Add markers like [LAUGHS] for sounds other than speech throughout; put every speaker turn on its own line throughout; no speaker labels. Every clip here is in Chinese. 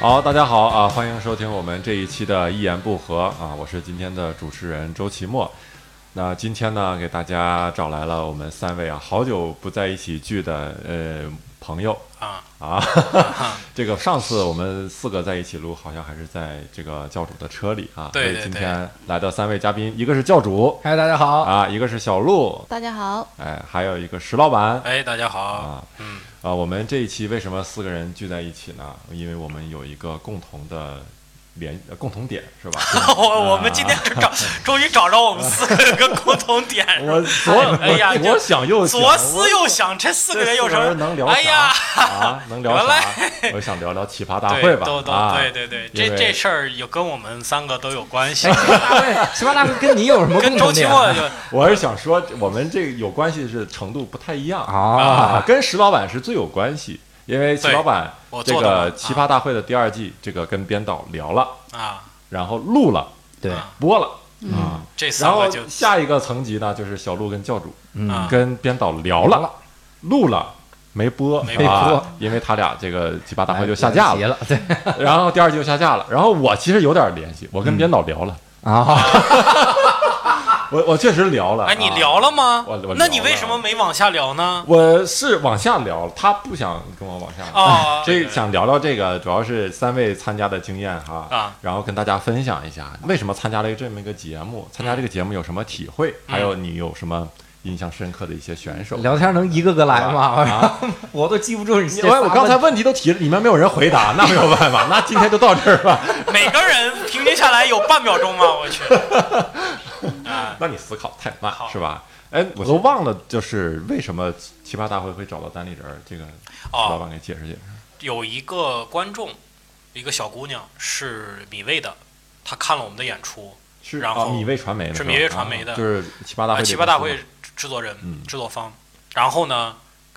好，大家好啊，欢迎收听我们这一期的《一言不合》啊，我是今天的主持人周奇墨。那今天呢，给大家找来了我们三位啊，好久不在一起聚的呃朋友
啊 [LAUGHS]
啊，这个上次我们四个在一起录，好像还是在这个教主的车里啊，
对
所以
对
今
对
天来的三位嘉宾，一个是教主
嗨，大家好，
啊，一个是小鹿，
大家好，
哎，还有一个石老板
哎，大家好，
啊。
嗯，
啊，我们这一期为什么四个人聚在一起呢？因为我们有一个共同的联呃共同点，是吧？
[LAUGHS] [LAUGHS] 我我们今天找，终于找着我们四个人个共同点。
啊 [LAUGHS] 我左
哎呀
我
这
左想右想，
左思右想，这四
这
个人有什
四
么？
能聊啥？
哎呀，
啊，能聊
原
啥
来？
我想聊聊奇葩大会
对，
吧
都，都
啊，
对对对，
因为哎
这这事儿有跟我们三个都有关系，
大卫，十八大会跟你有什么
跟
共
周
同
奇
点？啊
墨就
我是想说，我们这个有关系是程度不太一样
啊，
啊，跟石老板是最有关系，因为石
对
老板
我
这
做的啊
个
嘛
奇葩大会的第二季，这个跟编导聊了，
啊，
然后录了，
对
啊
播了。
嗯，
这三
然后
个就
下一个层级呢，就是小鹿跟教主、
啊嗯
跟编导聊了，录了。没播，
没
啊
播，
因为他俩这个鸡巴大会
来
就下架
来
啊
了，
哎了，对
[LAUGHS] 然后第二季就下架了。然后我其实有点联系，我跟编导聊了，
嗯
啊，
我我确实聊了。
哎，你
啊
聊了吗
我我？聊
那你为
了
什么没往下
[LAUGHS]
聊呢？
我是往下聊，他不想跟我往下聊。，
哦
这想聊聊这个，主要是三位参加的经验哈，
啊，
然后跟大家分享一下为什么参加了这么一个节目，参加这个节目有什么体会，
嗯
还有你有什么印象深刻的一些选手。
聊天能一个个来吗？哎我都记不住你这
你
仨问
我
题。
我刚才问题都提了，你们没有人回答，那没有办法，那今天就到这儿
[LAUGHS]
吧。
每个人平均下来有半秒钟吗？我
[LAUGHS]
去，哦啊，
那你思考太慢
好
是吧？哎，我都忘了，就是为什么奇葩大会会找到单立人儿，这个
哦
老，板给解释解释。
有一个观众，一个小姑娘是米未的，她看了我们的演出，
是
然后
啊米未传媒的吧，
是米未传媒的
啊就是奇葩大
啊，
会这
奇
个
葩大
公司
会
嘛
制作人、
嗯
制作方。然后呢，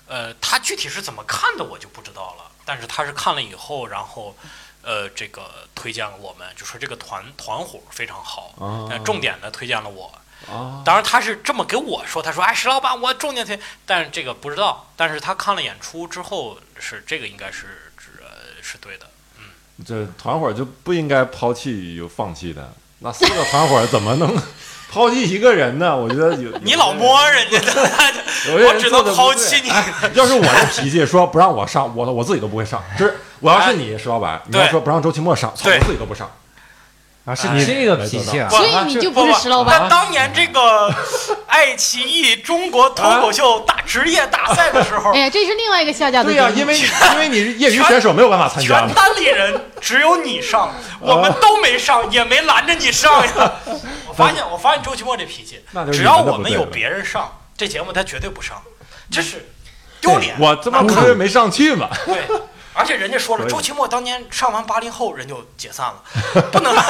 呃，她具体是怎么看的我就不知道了，但是她是看了以后，然后呃，这个推荐了我们，就说这个团团伙非常好，
啊
呃重点的推荐了我。
啊，
当然他是这么给我说，他说：“哎，石老板，我重点推。”但是这个不知道，但是他看了演出之后是这个应该是是呃是对的。
这团伙就不应该抛弃有放弃的，那四个团伙怎么能 [LAUGHS] 抛弃一个人呢？我觉得有
[LAUGHS] 你老，摸人家
[LAUGHS]
的，
有些
我
人
只
做
能
得不
抛
对哎
弃你。
要是我的脾气说不让我上，我我自己都不会上。就是我要是你石老板，你要
哎对
说不让周奇墨上，操
对
我自己都不上。
啊，是你这个脾气啊
不，
所以你就不是石老
那
板，
当年这
[LAUGHS]
个爱奇艺中国脱口秀大职业大赛的时候
哎，呀，这是另外一个下架的
对
节目，
呀、因为因为你是业余选手，没有办法参加
全
嘛。
单里人只有你上，我们都没
哎
上，也没拦着你上
[LAUGHS]
呀。我发现，我发现周奇墨这脾气
那就，是
只要我们有别人上这节目，他绝对不上，这是丢脸。嗯
我这不是没上去嘛？
对，而且人家说
所
了，
以
周奇墨当年上完八零后，人就解散了，不能。 [LAUGHS]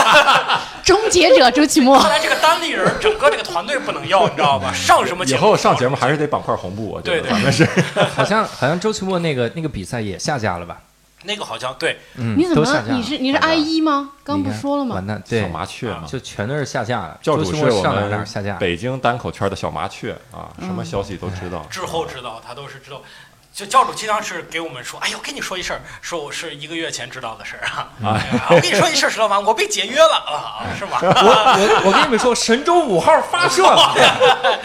终结者周奇墨
后来这个单立人整个这个团队不能要，你知道吧？上什么
以
节目？
后上节目还是得绑块红布，我觉得
对对
反正是
好像好像周奇墨那个那个比赛也下架了吧？
那个好像对，
[LAUGHS]
嗯，
你怎
都
么
下架了
你是你是
大家
I 一吗？刚
你
不
看
说了吗
完？蛋，
小
对，
麻雀嘛。
啊
就全都是下架了。
教主
周奇
是
墨
我
上哪儿哪儿
们
下架？
北京单口圈的小麻雀啊，什么消息都知道。
滞嗯后知道，他都是知道。就教主经常是给我们说，哎呦，跟你说一事儿，说我是一个月前知道的事儿啊。
啊
哎 [LAUGHS] 呀我跟你说一事儿，石老板，我被解约了啊，
哎
是吗？
我我我跟你们说，神舟五号发射嗯了，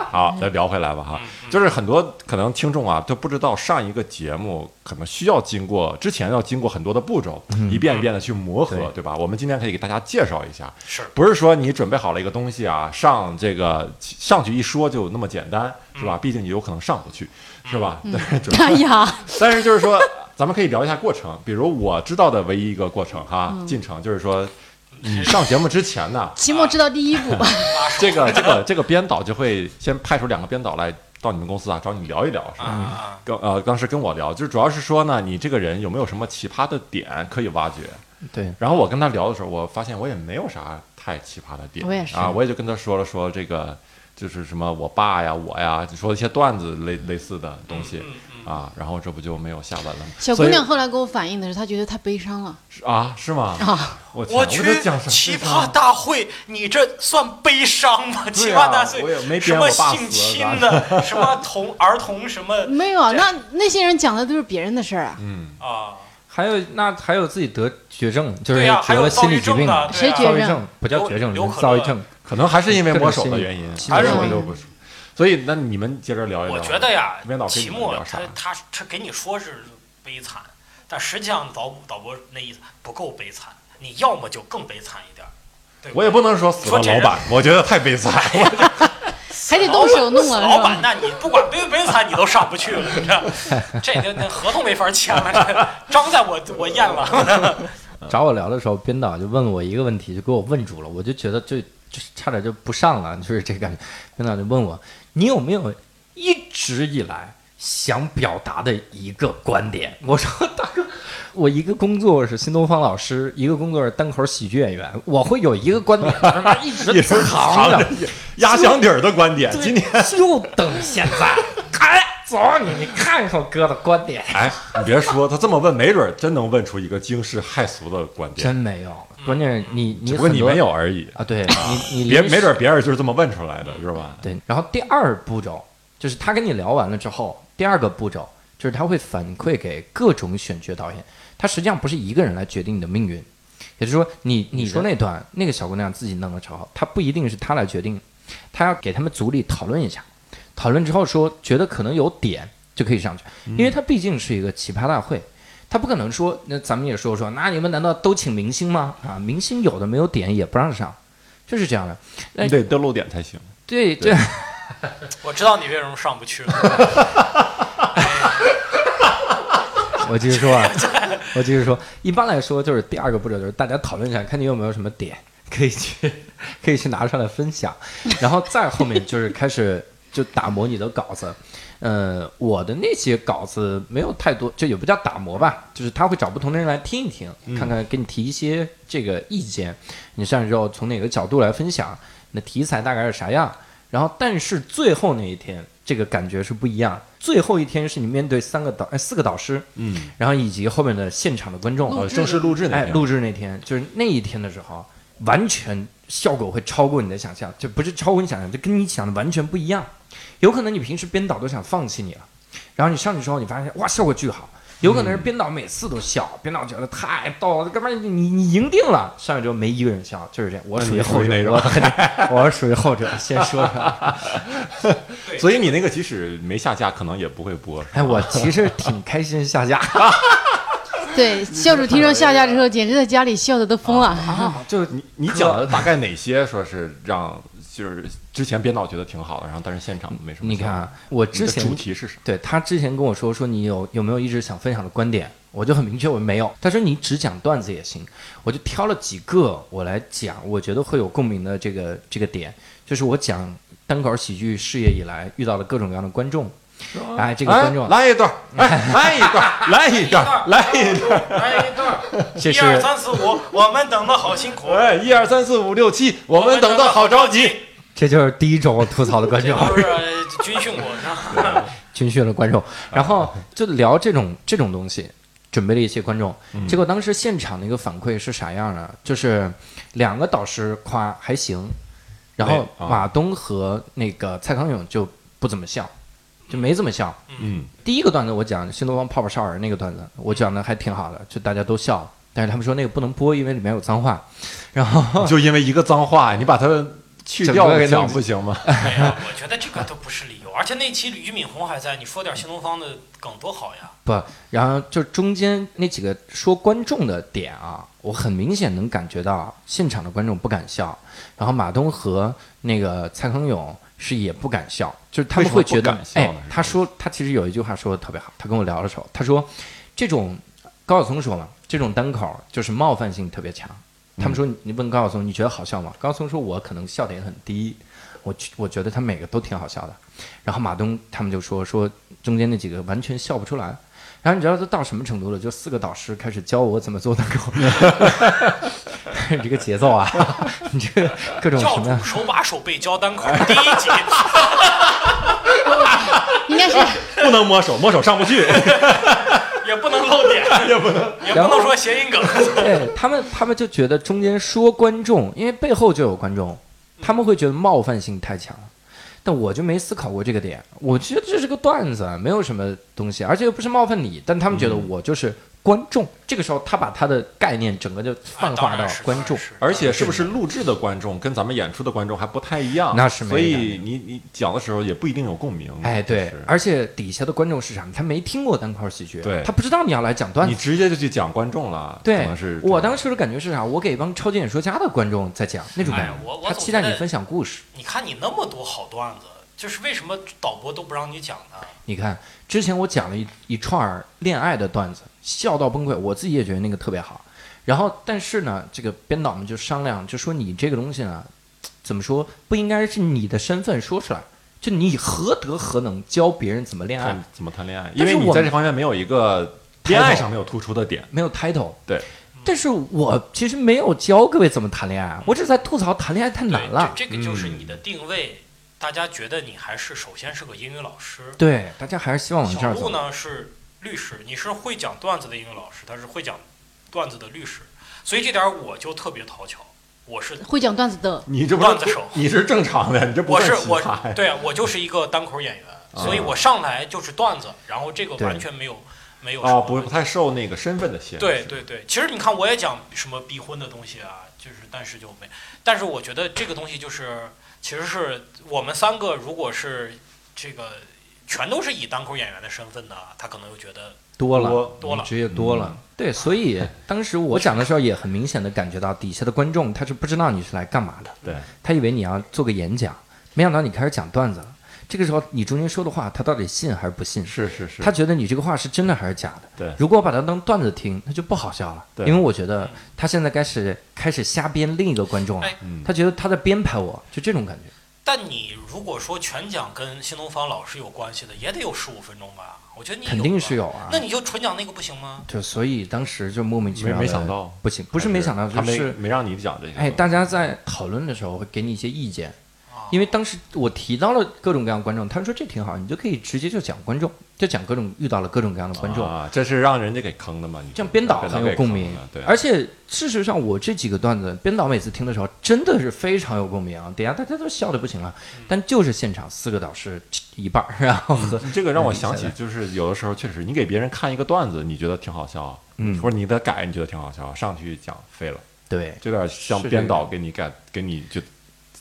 [LAUGHS] 好，再聊回来吧哈，就是很多可能听众啊都不知道上一个节目可能需要经过之前要经过很多的步骤，一遍一遍
嗯
的去磨合，
对
对吧？我们今天可以给大家介绍一下，
是
不是说你准备好了一个东西啊，上这个上去一说就那么简单，是
嗯
吧？毕竟你有可能上不去，是吧？但是准
哎
[LAUGHS]
呀，
但是就是说，咱们可以聊一下过程，比如我知道的唯一一个过程哈，
嗯
进程就是说，
[LAUGHS]
你上节目之前呢，
奇墨知道第一步，
[LAUGHS] 这个这个这个编导就会先派出两个编导来到你们公司啊，找你聊一聊，是
啊
吧？
啊，
跟呃，当时跟我聊，就主要是说呢，你这个人有没有什么奇葩的点可以挖掘？
[LAUGHS] 对，
然后我跟他聊的时候，我发现我也没有啥太奇葩的点，
我也是
啊，我也就跟他说了说这个就是什么我爸呀、我呀，就说一些段子类类似的东西
嗯嗯
啊，然后这不就没有下文了吗？
小
所
姑
以
娘后来给我反映的是，她觉得太悲伤了
是啊，是吗？
啊，
我天
我
这
去
讲什么
奇
悲伤
葩大会，你这算悲伤吗？奇
对啊
葩大会
我也没
什
编
么
我爸
性
死
侵
了
的，什
[LAUGHS]
么童儿童什么
没有啊，
这
那那些人讲的都是别人的事儿啊，
嗯，
啊，
还有那还有自己得绝症，就是
对呀还
得
有
了
躁
心
郁
理疾
症
病
的，
的，
对
谁
啊
觉
躁郁
症
症不叫
有
绝症，
有
人
可
躁郁
能
症。
可能还是因为
各种
摸手
心
的
理
原因，
心理
还是
原
我
因
就不说。所以那你们接着聊一聊。
我觉得呀
编导，跟你
齐
们
墨
聊啥
他他他给你说是悲惨，但实际上导导播那意思不够悲惨，你要么就更悲惨一点儿。对
我也不能说死了
说这
老
人
板，我觉得太悲 [LAUGHS] 惨了。
还得动手弄
[LAUGHS]
了，
老
是
板
吧？，
那你不管悲不悲惨，你都上不去了，你知道？这那那合同没法签了，这章在我我咽了。 [LAUGHS]
找我聊的时候，编导就问我一个问题，就给我问住了，我就觉得就就是差点就不上了，就是这感觉。编导就问我，你有没有一直以来想表达的一个观点？ [LAUGHS] 我说大哥，我一个工作是新东方老师，一个工作是单口喜剧演员，我会有一个观点，他妈
[LAUGHS]
一直
一直
藏着。
压箱底儿的观点，今天
就等现在， [LAUGHS] 哎，走你，你看看哥的观点，
哎，你别说，他这么问，没准儿真能问出一个惊世骇俗的观点
真。没有，关键是你你
只不过
很
你
多
没有而已，
啊，对你你
别
临时
没准儿别人就是这么问出来的，是吧？
对，然后第二步骤就是他跟你聊完了之后，第二个步骤就是他会反馈给各种选角导演，他实际上不是一个人来决定你的命运，也就是说你，你说那段那个小姑娘自己弄的时候，他不一定是他来决定，他要给他们组里讨论一下，讨论之后说觉得可能有点就可以上去，因为他毕竟是一个奇葩大会。他不可能说，那咱们也说说，那你们难道都请明星吗？啊，明星有的没有点也不让上，就是这样的。哎
你得得露点才行。
对对，
我知道你为什么上不去了。
[LAUGHS] 我继续说啊，我继续说。一般来说，就是第二个步骤，就是大家讨论一下，看你有没有什么点可以去，可以去拿上来分享。然后再后面就是开始就打磨你的稿子。呃，我的那些稿子没有太多，就也不叫打磨吧，就是他会找不同的人来听一听，看看给你提一些这个意见，你上去之后从哪个角度来分享，那题材大概是啥样。然后，但是最后那一天，这个感觉是不一样。最后一天是你面对三个导，哎，四个导师，
嗯，
然后以及后面的现场的观众，
呃，
录制
正式录制那
哎，
天，
录制那天就是那一天的时候，完全效果会超过你的想象，就不是超过你想象，就跟你想的完全不一样。有可能你平时编导都想放弃你了，然后你上去之后，你发现哇，效果巨好。有可能是编导每次都笑，编导觉得太逗了，干嘛你你你赢定了？上去之后没一个人笑，就是这样。我
那
属
你
于
属
后
于
者
哪，种
我肯定我是属于后者。先说说，
[LAUGHS] 所以你那个即使没下架，可能也不会播。
哎，我其实挺开心
[LAUGHS]
下架。
对，校主听说下架之后，简直在家里笑的都疯
[LAUGHS]
了。
哦就你你讲的大概哪些说是让就是之前编导觉得挺好的，然后但是现场没什么
你
效果。
看啊，我
你
之
的
前
主题是啥？
对他之前跟我说说你有有没有一直想分享的观点，我就很明确我没有。他说你只讲段子也行，我就挑了几个我来讲，我觉得会有共鸣的这个这个点，就是我讲单口喜剧事业以来遇到的各种各样的观众。哎，这个观众，
来一段，哎，来一段，来一段，来一段，
来一段，
这
哎一
是
二三四五，我们等的好辛苦。
哎，一二三四五六七，我们等的好着急。
这就是第一种我吐槽的观
这
众。
不是呃军训过是
[LAUGHS]
吧？
军训了观众，然后就聊这种这种东西，准备了一些观众。结果当时现场的一个反馈是啥样呢？就是两个导师夸还行，然后
对啊
马东和那个蔡康永就不怎么笑，就没怎么笑。
嗯，
第一个段子我讲新东方泡泡少儿那个段子，我讲的还挺好的，就大家都笑了。但是他们说那个不能播，因为里面有脏话。然
[LAUGHS]
后
就因为一个脏话，你把它去掉了讲不行吗？
哎呀，我觉得这个都不是理由，而且那期俞敏洪还在，你说点新东方的梗多好呀！
不，然后就中间那几个说观众的点啊，我很明显能感觉到现场的观众不敢笑，然后马东和那个蔡康永是也不敢笑，就是他们会觉得
为什么不敢，笑呢
哎，他说他其实有一句话说的特别好，他跟我聊的时候，他说这种高晓松说嘛，这种单口就是冒犯性特别强。他们说你你问高晓松你觉得好笑吗？高晓松说我可能笑点很低，我觉我觉得他每个都挺好笑的。然后马东他们就说说中间那几个完全笑不出来。然后你知道都到什么程度了？就四个导师开始教我怎么做单口， [LAUGHS] 你这个节奏啊， [LAUGHS] 你这个各种
教
什么
主手把手背教单口第一集， [LAUGHS]
应该是
[LAUGHS] 不能摸手，摸手上不去。
也不能露点，
[LAUGHS]
也不能也不能说谐音梗。
对他们，他们就觉得中间说观众，因为背后就有观众，他们会觉得冒犯性太强了。但我就没思考过这啊个点，我觉得这是个段子，没有什么东西，而且又不是冒犯你，但他们觉得我就是观众。这个时候，他把他的概念整个就泛化到观众。
[LAUGHS] 而且是不是录制的观众跟咱们演出的观众还不太一样？
那是没
所以你你讲的时候也不一定有共鸣。
哎，对
就是，
而且底下的观众是啥？他没听过单口喜剧，啊
对
他不知道你要来讲段
你
子。
直接就去讲观众了，可
对
能是，
我当时的感觉是啥？我给一帮超级演说家的观众在讲那种感
哎我
觉，
我
他
总
期待
觉
你
得
分享故事。
你看你那么多好段子，就是为什么导播都不让你讲呢？
你看，之前我讲了一一串儿恋爱的段子，笑到崩溃，我自己也觉得那个特别好。然后，但是呢，这个编导们就商量，就说你这个东西呢，怎么说不应该是你的身份说出来，就你何德何能教别人怎么恋爱
看？怎么谈恋爱，因
但是
为你
我
在
们
这方面没有一个恋爱上没有突出的点。
没有 title。
对。
但是我其实没有教各位怎么谈恋爱，啊我只是在吐槽谈恋爱太难
对
了。
这这个就是
嗯
你的定位。大家觉得你还是首先是个英语老师，
对，大家还是希望往这
小
儿
鹿
走。
呢是律师，你是会讲段子的英语老师，他是会讲段子的律师，所以这点儿我就特别讨巧，我是
会讲段子的，
你这不
段子手
你是正常的，你这不
我
算
是
奇
我
葩呀
对啊我就是一个单口演员，所以
啊
我上来就是段子，然后这个
对
完全没有没有什
啊，
么
不不太受那个身份的限制。
对对对，其实你看我也讲什么逼婚的东西啊，就是但是就没，但是我觉得这个东西就是其实是我们三个如果是这个全都是以单口演员的身份的，啊他可能又觉得
多了，嗯
多
多了
职业多
嗯
了。对，所以当时我讲的时候也很明显的感觉到底下的观众他是不知道你是来干嘛的，
对，
他以为你要做个演讲，没想到你开始讲段子了。这个时候你中间说的话，他到底信还是不信？
是是是，
他觉得你这个话是真的还是假的？
对
如果我把它当段子听，那就不好笑了。
对
因为我觉得他现在开始开始瞎编另一个观众了
哎，
嗯
他觉得他在编排我，就这种感觉。
但你如果说全讲跟新东方老师有关系的，也得有十五分钟吧？我觉得你
肯定
吧
是有啊
那你就纯讲那个不行吗？
就所以当时就莫名其妙
没没
地
想到
不行，不是没想到，
他
就
没
是
没让你讲这些。
哎，大家在讨论的时候会给你一些意见，
啊，
因
为
为当时我提到了各种各样的观众，他们说这挺好，你就可以直接就讲观众，就讲各种遇到了各种各样的观众，
啊，这是让人家给坑的嘛？你
这样编导很有共鸣
给坑了。对，啊
而且事实上，我这几个段子，编导每次听的时候真的是非常有共鸣啊，底下大家都笑的不行了，啊
嗯
但就是现场四个导师一半儿，然后和
这个让我想起，就是有的时候确实，你给别人看一个段子，你觉得挺好笑，
嗯
或者你的改你觉得挺好笑，上去讲废了，
对
就有点像
是这
编
个
导给你改，给你就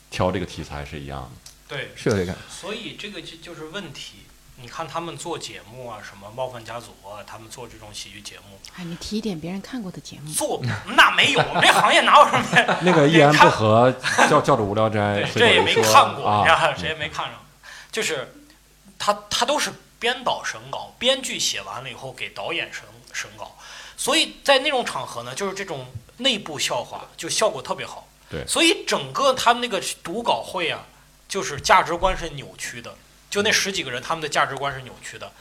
挑这个题材是一样的。
对，
是有这个
所以这个就就是问题。你看他们做节目啊，什么冒犯家族啊，他们做这种喜剧节目，
哎，你提一点别人看过的节目，
做那没有，我们这行业哪有什么呀？
[LAUGHS] 那个一
别
言不
看
合叫叫着无聊斋
对，，
哎随
这
口
也
一
没
说
看过，你知
啊
道吧，谁也没看上。就是他他都是编导审稿，编剧写完了以后给导演审审稿，所以在那种场合呢，就是这种内部笑话就效果特别好。
对
所以整个他们那个读稿会啊，就是价值观是扭曲的，就
嗯
那十几个人他们的价值观是扭曲的，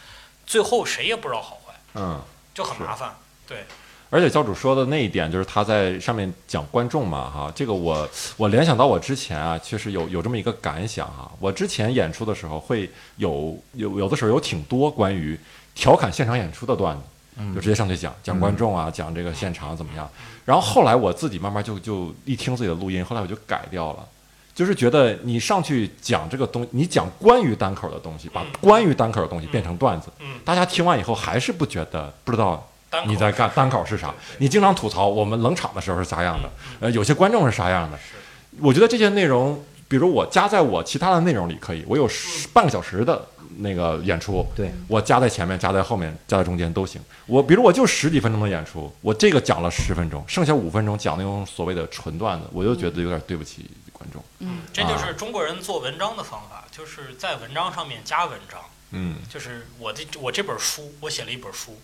最后谁也不知道好坏，
嗯。
就很
是
麻烦。对，
而且教主说的那一点，就是他在上面讲观众嘛，哈，这个我我联想到我之前啊，确实有有这么一个感想哈、我之前演出的时候会有有有的时候有挺多关于调侃现场演出的段子，
嗯
就直接上去讲讲观众啊，讲这个现场怎么样。然后后来我自己慢慢就就一听自己的录音，后来我就改掉了。就是觉得你上去讲这个东，你讲关于单口的东西，把关于单口的东西变成段子，
嗯，
大家听完以后还是不觉得不知道
单口
你在干单口是啥
对？对
你经常吐槽我们冷场的时候是啥样的
嗯，
呃，有些观众是啥样的
是。
我觉得这些内容，比如我加在我其他的内容里可以，我有十半个小时的那个演出，
对
我加在前面、加在后面、加在中间都行。我比如我就十几分钟的演出，我这个讲了十分钟，剩下五分钟讲那种所谓的纯段子，我就觉得有点对不起观众。
嗯，
这
啊
就是中国人做文章的方法，就是在文章上面加文章。
嗯，
就是我这我这本书，我写了一本书，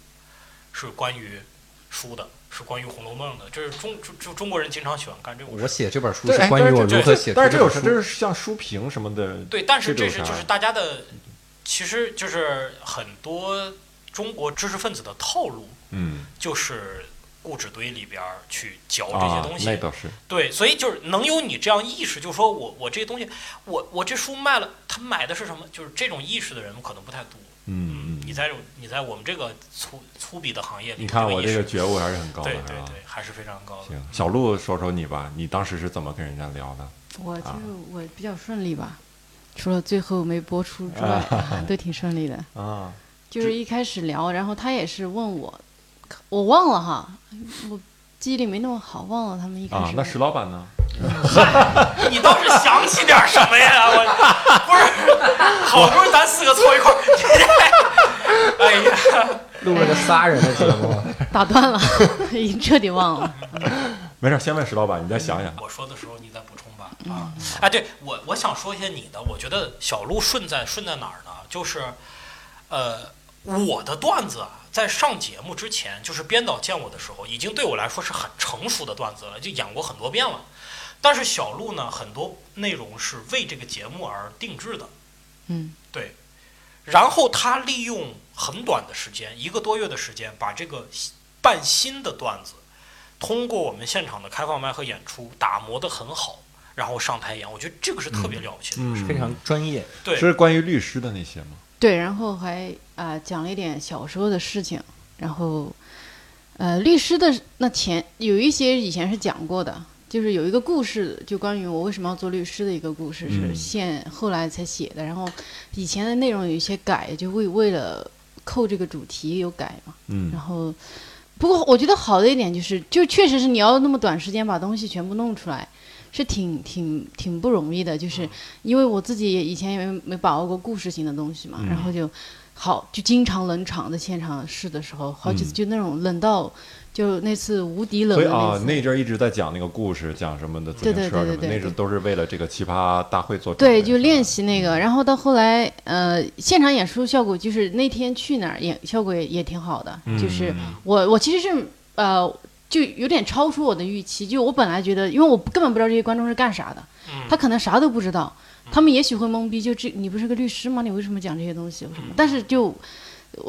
是关于书的，是关于《红楼梦》的。这是中就就中国人经常喜欢干这种事。
我写这本书
对，
是
哎
关
但
于
是
我
这
如
这
何写出
但是
这
这有
本
时
书
这是像书评什么的，
对，但是
这种
这是就
啥
是大家的，其实就是很多中国知识分子的套路，
嗯
就是固执堆里边儿去嚼这些
啊
东，西。
那倒是，
对，所以就是能有你这样意识，就是说我我这东西，我我这书卖了，他买的是什么？就是这种意识的人可能不太多。
嗯嗯
你
嗯。
在这种你在我们这个粗粗鄙的行业里，
你看我
这
这
个
个
意识
觉悟还是很高的，
对
是
对
吧？
对，还是非常高的
行。，小鹿说说你吧，你当时是怎么跟人家聊的？
我就
啊
是我比较顺利吧，除了最后没播出之外，都挺顺利的。
啊，
就是一开始聊，然后他也是问我，我忘了哈，我记忆力没那么好，忘了他们一开
啊
始。，
那石老板呢？
你倒是想起点什么呀？我不是，好不容易咱四个凑一块儿，哎呀， [LAUGHS]
录了个仨人的节 [LAUGHS] 目，
打断了， [LAUGHS] 已经彻底忘了。 [LAUGHS]
没事，先问石老板，你再想想。
我说的时候你再补充吧。啊，
嗯
哎，对我我想说一些你的，我觉得小鹿顺在顺在哪儿呢？就是，呃，我的段子啊，在上节目之前，就是编导见我的时候，已经对我来说是很成熟的段子了，就演过很多遍了。但是小鹿呢，很多内容是为这个节目而定制的。
嗯，
对，然后他利用很短的时间，一个多月的时间，把这个新半新的段子，通过我们现场的开放麦和演出打磨得很好，然后上台演，我觉得这个是特别了不起的。
嗯，
非常专业。
对，
是关于律师的那些吗？
对，然后还啊、讲了一点小时候的事情，然后呃律师的那前有一些以前是讲过的，就是有一个故事，就关于我为什么要做律师的一个故事，是
嗯
现后来才写的，然后以前的内容有一些改，就为为了扣这个主题有改嘛，
嗯
然后。不过我觉得好的一点就是，就确实是你要那么短时间把东西全部弄出来，是挺挺挺不容易的。
嗯
就是因为我自己也以前也没没把握过故事型的东西嘛，
嗯
然后就好就经常冷场，在现场试的时候，好几次
嗯
就那种冷到就那次无敌冷
所以
的
啊，
次。
那阵儿一直在讲那个故事，讲什么的自行
对对
车什么
对
的，
对对
那阵儿都是为了这个奇葩大会做准备。
对，就练习那
嗯
个，然后到后来，呃，现场演出效果就是那天去哪儿演，效果也也挺好的。
嗯
就是我我其实是呃，就有点超出我的预期，就我本来觉得，因为我根本不知道这些观众是干啥的，
嗯
他可能啥都不知道，他们也许会懵逼，就这你不是个律师吗？你为什么讲这些东西？什么？但是就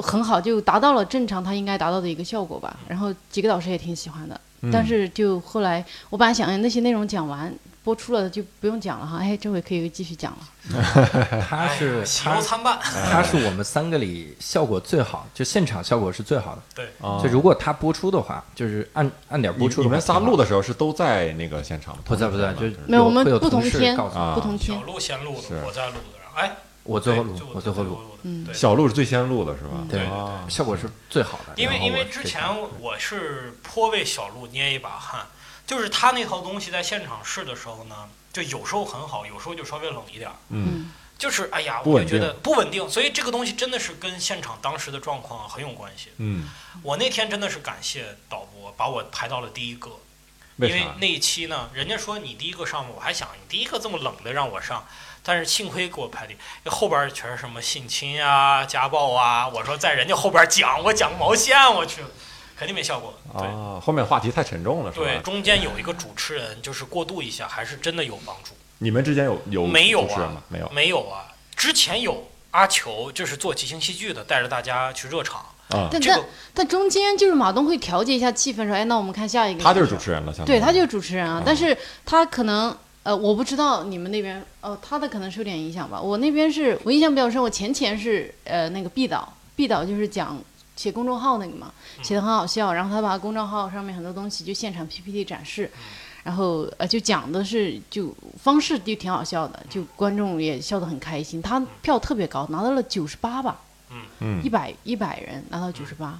很好，就达到了正常他应该达到的一个效果吧。然后几个导师也挺喜欢的，
嗯
但是就后来我本来想哎那些内容讲完。播出了就不用讲了哈，哎，这回可以继续讲了。
哎
他是
喜
他
忧参半，
他是我们三个里效果最好，就现场效果是最好的。
对，
啊，
就如果他播出的话，就是按按点播
你
出
你们仨录
的
的时候是都在那个现场吗？
话不在不在，就
同时
没有我们
会有
不同
同事
天
告诉
啊
不同天
小，鹿先录
是
的，我再录的，然后哎，
我最后录
对就，
我最后录，
的，
嗯
对
小鹿是最先录的是吧？
对
啊，
效果是最好的。
因为
然后
因
我
为之
这
前
个
我是颇为小鹿捏一把汗，就是他那套东西在现场试的时候呢，就有时候很好，有时候就稍微冷一点儿。
嗯，
嗯，
就是哎呀，
不
我
稳
就觉得不稳定，所以这个东西真的是跟现场当时的状况很有关系。
嗯，
我那天真的是感谢导播把我排到了第一个，
为
因为
啥？
那一期呢，人家说你第一个上嘛，我还想你第一个这么冷的让我上，但是幸亏给我排的，后边全是什么性侵啊、家暴啊，我说在人家后边讲，我讲毛线，我去，肯定没效果。对、
啊，后面话题太沉重了，是
对，
吧？
中间有一个主持人，就是过渡一下，还是真的有帮助。
你们之间有有
没有
主持人吗
啊？？
没有
没有啊。之前有阿球，就是做即兴戏剧的，带着大家去热场。
啊，
但
这
但
个
但中间就是马东会调节一下气氛，说，哎，那我们看下一个。
他就是主持人了，相当
对，
于
他就是主持人啊
啊，
但是他可能呃，我不知道你们那边哦，他的可能受点影响吧。我那边是我印象比较深，我前前是呃那个毕导，毕导就是讲写公众号那个嘛，
嗯
写的很好笑，然后他把公众号上面很多东西就现场 PPT 展示。
嗯
然后呃，就讲的是就方式就挺好笑
嗯
的，就观众也笑得很开心。他票特别高，拿到了九十八吧，
嗯
一。百一百人拿到九十八，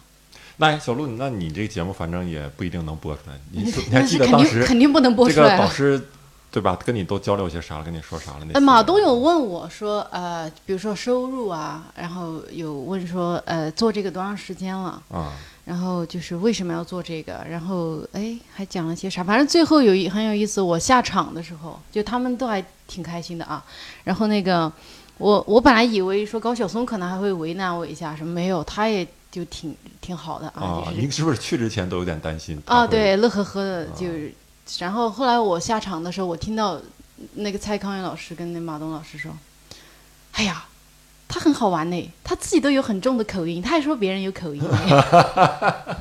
那小鹿，那你这个节目反正也不一定能播出来，你
[LAUGHS]
说你还
但
记
是
得
肯
当
定
时
肯定不能播
这
出
个
来了啊
导。师对吧？跟你都交流些啥了？跟你说啥了？那
呃，
次
马东有问我说，呃，比如说收入啊，然后有问说，呃，做这个多长时间了，
啊，
然后就是为什么要做这个，然后哎还讲了些啥，反正最后有一很有意思。我下场的时候，就他们都还挺开心的啊。然后那个我我本来以为说高晓松可能还会为难我一下，什么没有，他也就挺挺好的啊，
啊
就，是
你是不是去之前都有点担心？
啊，
他会，啊
对，乐呵呵的就是。然后后来我下场的时候，我听到那个蔡康永老师跟那马东老师说：“哎呀，他很好玩呢，他自己都有很重的口音，他还说别人有口音
[LAUGHS]
呢，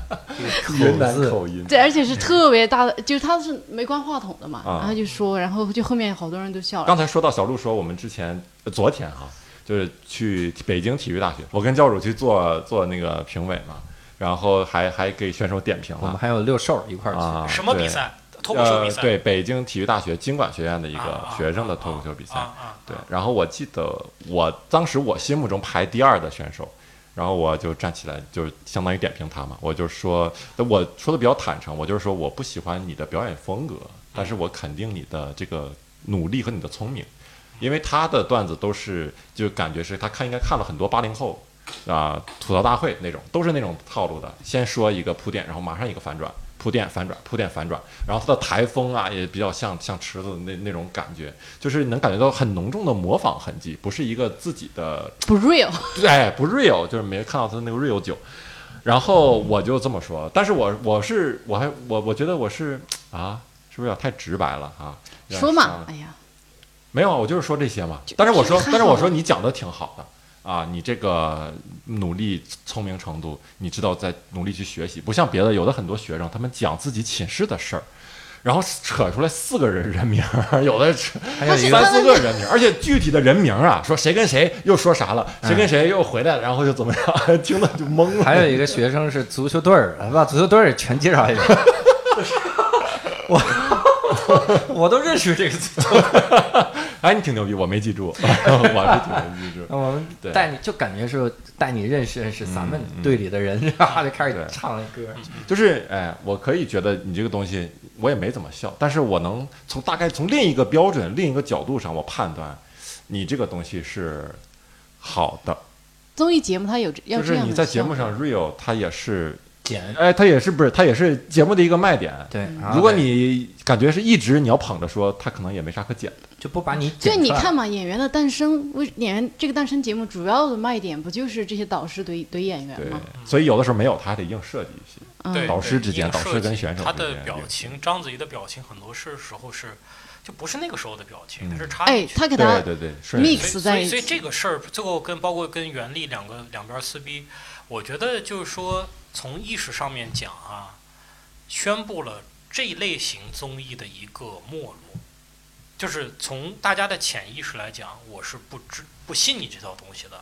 云南
口字
口音，
对，而且是特别大的，就是他是没关话筒的嘛，
啊
然后就说，然后就后面好多人都笑了
刚。才说到小鹿说，我们之前呃昨天哈、就是去北京体育大学，我跟教主去做做那个评委嘛，然后还还给选手点评
我们
了
还有六兽一块儿去，
啊，
什么比
对？
赛？脱口秀
呃
比，赛。
对，北京体育大学经管学院的一个
啊
学生的脱口秀比赛
啊，啊啊
对，然后我记得我当时我心目中排第二的选手然后我就站起来，就相当于点评他嘛。我就说，我说的比较坦诚，我就是说我不喜欢你的表演风格，但是我肯定你的这个努力和你的聪明，因为他的段子都是就感觉是他看应该看了很多八零后啊吐槽大会那种，都是那种套路的，先说一个铺垫，然后马上一个反转，铺垫反转，铺垫反转，然后他的台风啊也比较像像池子那那种感觉，就是能感觉到很浓重的模仿痕迹，不是一个自己的
不
[LAUGHS]
real，
对，不 real，就是没看到他那个 real 酒。然后我就这么说，但是我我是我还我我觉得我是啊，是不是有点太直白了啊？有点
说
伤
嘛
了，
哎呀，
没有，我就是说这些嘛。但是我说
就，是
但是我说你讲的挺好的啊，你这个努力聪明程度，你知道在努力去学习，不像别的有的很多学生，他们讲自己寝室的事儿，然后扯出来四个人人名儿，有的扯
还有
三
一个
他
四个人名，而且具体的人名啊，说谁跟谁又说啥了，谁
哎
跟谁又回来了，然后就怎么样， [LAUGHS] 听的就懵了。
还有一个学生是足球队儿，把足球队儿全介绍一遍。我 [LAUGHS] 我 [LAUGHS] 都认识这个足球队
哎，你挺牛逼，我没记住， [LAUGHS] 我是挺没记住。
儿，我们
对
带你就感觉是带你认识认识咱们
嗯嗯
队里的人，然后就开
对
始唱歌。
嗯
就是哎，我可以觉得你这个东西我也没怎么笑，但是我能从大概从另一个标准、另一个角度上，我判断你这个东西是好的。
综艺节目它有要
就
这
是
样
你
的
在节
效
目
果
上 real，它也是，
简
哎，它也是不是，它也是节目的一个卖点。
对，
嗯
然后
啊
如果
得
你感觉是一直你要捧着说，它可能也没啥可剪的。
就不把你剪
对，你
出来
看嘛，《演员的诞生》为演员这个诞生节目主要的卖点不就是这些导师怼怼演员
对
吗？，
所以有的时候没有，它还得硬设计一些。
对
嗯，
导师之间
影
导师
设
跟
计
选手
他
之
的
间
表
有
情，章子怡的表情，很多是时候是就不是那个时候的表情，它
嗯
是插
哎
进，去的。
他给他
对对对，顺着
mix
所以所
在
以
一
所以
起，
这个事儿最后跟包括跟袁立两个两边撕逼，我觉得就是说从意识上面讲啊，宣布了这一类型综艺的一个没落，就是从大家的潜意识来讲，我是不知不信你这套东西的。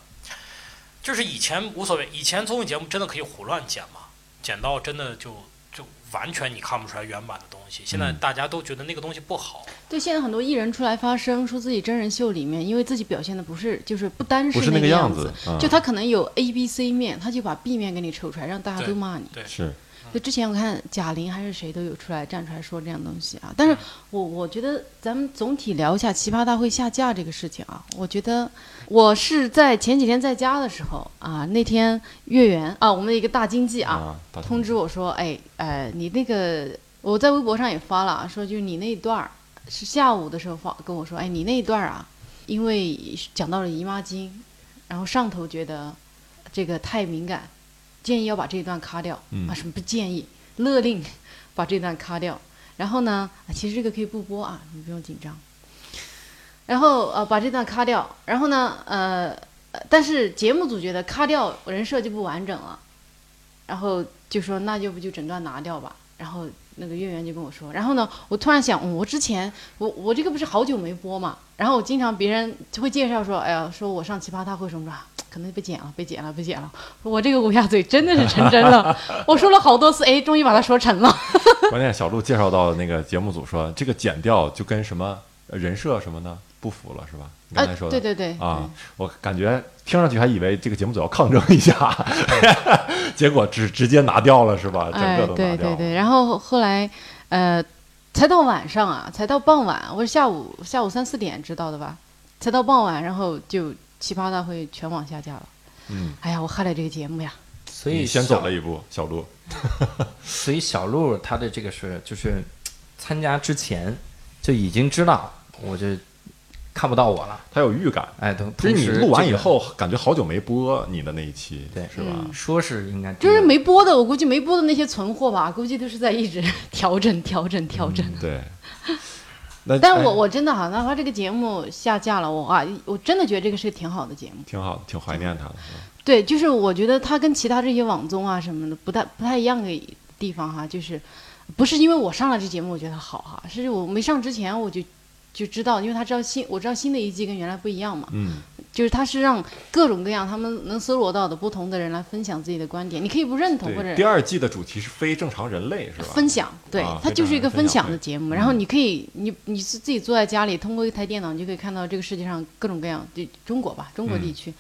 就是以前无所谓，以前综艺节目真的可以胡乱剪嘛，剪到真的就就完全你看不出来原版的东西。现在
嗯
大家都觉得那个东西不好，
对，现在很多艺人出来发声，说自己真人秀里面，因为自己表现的不是，就是不单
不
是
那
个
个
样
子，，嗯
就他可能有 A、B、C 面，他就把 B 面给你抽出来，让大家
对
都骂你。
对，
是
就之前我看贾玲还是谁都有出来站出来说这样东西啊，但是我我觉得咱们总体聊一下《奇葩大会》下架这个事情啊，我觉得我是在前几天在家的时候啊，那天月圆啊，我们的一个大经济啊，
啊，大同
通知我说，哎呃，你那个我在微博上也发了啊，说就是你那一段儿是下午的时候发跟我说，哎，你那一段儿啊，因为讲到了姨妈巾，然后上头觉得这个太敏感，建议要把这一段卡掉、
嗯
啊，什么不建议，勒令把这段卡掉。然后呢，啊其实这个可以不播啊，你不用紧张。然后呃，把这段卡掉。然后呢，呃，呃但是节目组觉得卡掉人设就不完整了，然后就说那就不就整段拿掉吧。然后那个月圆就跟我说，然后呢，我突然想，嗯我之前我我这个不是好久没播嘛，然后我经常别人就会介绍说，哎呀，说我上奇葩大会什么的，可能被剪了，被剪了，被剪了。我这个乌鸦嘴真的是成真
[LAUGHS]
了，我说了好多次，哎，终于把它说成了。
关键小鹿介绍到那个节目组说，这个剪掉就跟什么呃人设什么的不符了，是吧？你刚才说的、
对呃对对，嗯
啊，我感觉听上去还以为这个节目组要抗争一下， [LAUGHS] 结果直直接拿掉了，是吧？整
哎
个，都拿
对
掉了。
对对，然后后来，呃，才到晚上啊，才到傍晚，我是下午下午三四点知道的吧，才到傍晚，然后就奇葩大会全网下架了。
嗯，
哎呀，我害了这个节目呀！
所以
你先走
小
了一步，小鹿。
所以小鹿他的这个是就是参加之前就已经知道，我就看不到我了。
他有预感，
哎，等
就是
同
你
时
录完
这
以
个
后，感觉好久没播你的那一期，
对
是吧？
嗯
说是应该
就是没播的，我估计没播的那些存货吧，估计都是在一直调整、调整、调整。
对。
[LAUGHS]
那
嗯但
嗯哎
我我真的哈，哪怕这个节目下架了，我啊，我真的觉得这个是个挺好的节目。
挺好的，挺怀念他的。是吧
对，就是我觉得它跟其他这些网综啊什么的不太不太一样的地方哈，就是不是因为我上了这节目我觉得好哈，是我没上之前我就就知道，因为他知道新我知道新的一季跟原来不一样嘛，
嗯，
就是他是让各种各样他们能搜罗到的不同的人来分享自己的观点，你可以不认同或
对。
者
第二季的主题是非正常人类，是吧？
分享，对
啊，
它
非
就是
常
一个
分
分
享嗯
享
会
的节目。然后你可以，你你是自己
嗯
坐在家里，通过一台电脑，你就可以看到这个世界上各种各样，对中国吧，中国地区，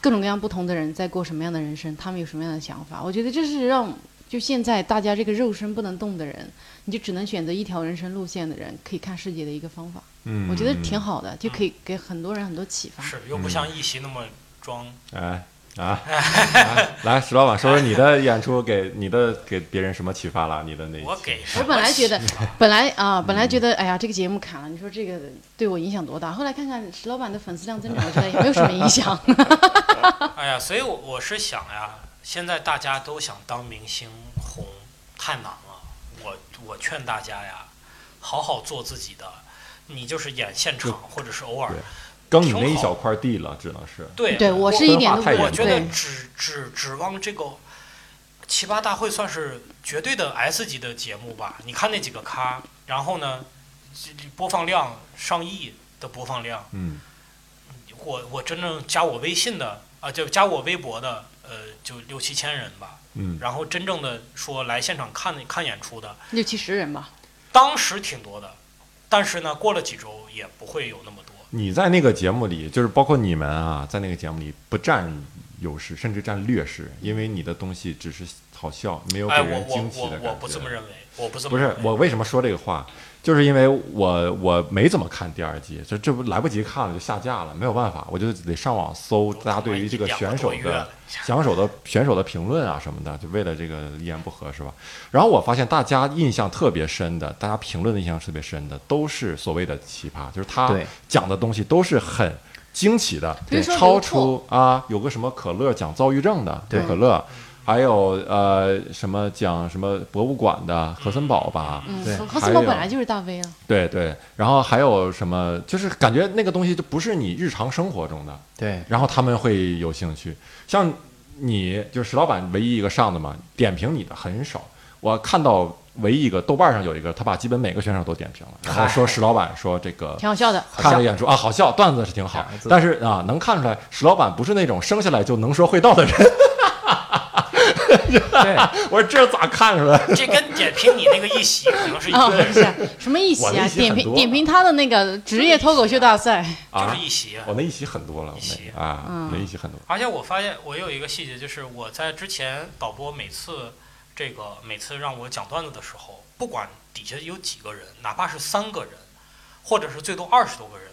各种各样不同的人在过什么样的人生，他们有什么样的想法。我觉得这是让就现在大家这个肉身不能动的人，你就只能选择一条人生路线的人，可以看世界的一个方法。
嗯，
我觉得挺
好。
好的，就可以给很多人很多启发。
是又不像一席那么装。
哎啊， [LAUGHS] 来来，石老板说说你的演出给你的给别人什么启发了？你的那一
我
期
给
我本来觉得，本来啊，本来觉得，哎呀，这个节目砍了，你说这个对我影响多大？后来看看石老板的粉丝量增长，我觉得也没有什么影响。
[LAUGHS] 哎呀，所以我我是想呀，现在大家都想当明星红，太难了。我我劝大家呀，好好做自己的，你就是演现场或者是偶尔
对。耕你那一小块地了，只能是
对
对我是一点都不
太
我
严
觉
重
得
对，
指指指望这个奇葩大会算是绝对的 S 级的节目吧。你看那几个咖，然后呢，这这播放量上亿的播放量，
嗯
我我真正加我微信的啊，就加我微博的，呃，就六七千人吧。
嗯
然后真正的说来现场看看演出的，
六七十人吧。
当时挺多的，但是呢，过了几周也不会有那么多。
你在那个节目里，就是包括你们啊，在那个节目里不占优势，甚至占劣势，因为你的东西只是好笑，没有给
哎，我
人
我
惊喜的
我
感觉。
我不这么认为，我不这
不
么
是
认为
我为什么说这个话，就是因为我我没怎么看第二季，这这不来不及看了就下架了，没有办法，我就得上网搜大家对于这个选手
我他妈一点都不愉悦
的
了
选手的选手的评论啊什么的，就为了这个一言不合是吧？然后我发现大家印象特别深的，大家评论的印象特别深的，都是所谓的奇葩，就是他
对
讲的东西都是很惊奇的，
比如说
超
刘
出啊，有个什么可乐讲躁郁症的，
对
可乐。还有呃什么讲什么博物馆的和森堡吧，
嗯
对，
何
还
思
有
宝本来就是大 V 啊了，
对对，然后还有什么，就是感觉那个东西就不是你日常生活中的，
对，
然后他们会有兴趣。像你就是石老板唯一一个上的嘛，点评你的很少。我看到唯一一个豆瓣上有一个，他把基本每个选手都点评了，然后说石老板说这个
挺好笑的。
看了演出啊，好笑，段子是挺好
两个，字
但是啊，能看出来石老板不是那种生下来就能说会道的人。 [LAUGHS]
对，
我说这咋看出来？
这跟点评你那个一席可能是一
哦，
个
不是什么一席
我的
啊
一？席
点
很
评
多
点评他的那个职业脱口秀大赛，
就
啊
是一席。
我那一席很多了，我
一席
那啊，
嗯
那一席很多。
而且我发现我有一个细节，就是我在之前导播每次这个每次让我讲段子的时候，不管底下有几个人，哪怕是三个人，或者是最多二十多个人，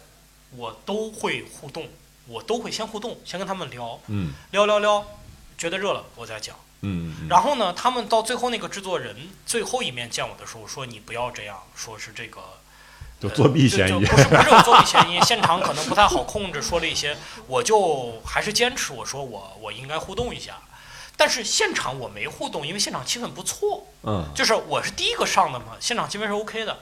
我都会互动，我都会先互动，先跟他们聊
嗯
聊聊聊，觉得热了我再讲。
嗯，嗯
然后呢，他们到最后那个制作人最后一面见我的时候说：“你不要这样，说是这个
就作弊嫌
就
疑
就。不是不是有作弊嫌疑，现场可能不太好控制，说了一些，我就还是坚持，我说我我应该互动一下，但是现场我没互动，因为现场气氛不错，
嗯，
就是我是第一个上的嘛，现场气氛是 OK 的，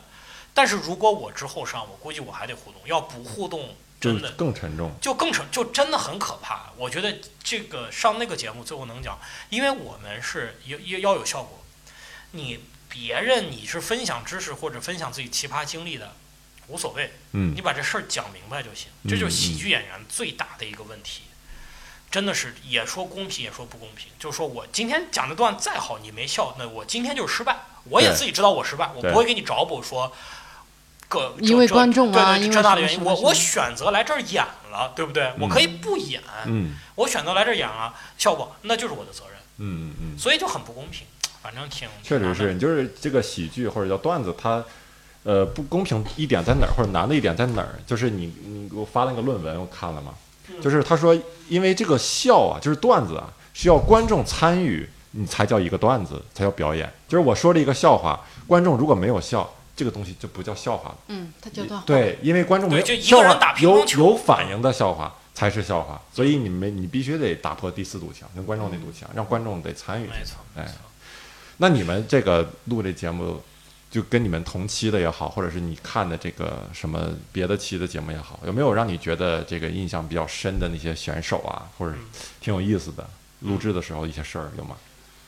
但是如果我之后上，我估计我还得互动，要不互动
就
真的
更沉重。
就更成就真的很可怕。我觉得这个上那个节目最后能讲，因为我们是要要要有效果。你别人你是分享知识或者分享自己奇葩经历的，无所谓，
嗯
你把这事儿讲明白就行。
嗯
这就是喜剧演员最大的一个问题，真的是也说公平也说不公平，就是说我今天讲的段再好，你没笑，那我今天就是失败。我也
对
自己知道我失败，我
对
不会给你找补说。各
因为观众啊
对
因
对，
为
这那的原因，
什么什么
我
什么
我选择来这儿演了，对不对？我可以不演，
嗯
我选择来这儿演了，效果那就是我的责任，
嗯嗯，
所以就很不公平。反正挺
确实
嗯
是，，你就是这个喜剧或者叫段子，它呃不公平一点在哪儿，或者难的一点在哪儿？就是你你给我发那个论文，我看了嘛，
嗯
就是他说，因为这个笑啊，就是段子啊，需要观众参与，你才叫一个段子，才叫表演。就是我说了一个笑话，观众如果没有笑，这个东西就不叫笑话了。
嗯，他叫多少？
对，因为观众没有
对就一
笑
个人
话
打乒
有
乓球
有反应的笑话才是笑话，所以你们你必须得打破第四堵墙，跟观众那堵墙，让观众得参与进
没
来。
错，
哎
没错。
那你们这个录这节目，就跟你们同期的也好，或者是你看的这个什么别的期的节目也好，有没有让你觉得这个印象比较深的那些选手啊，或者挺有意思的录制的时候一些事儿有吗？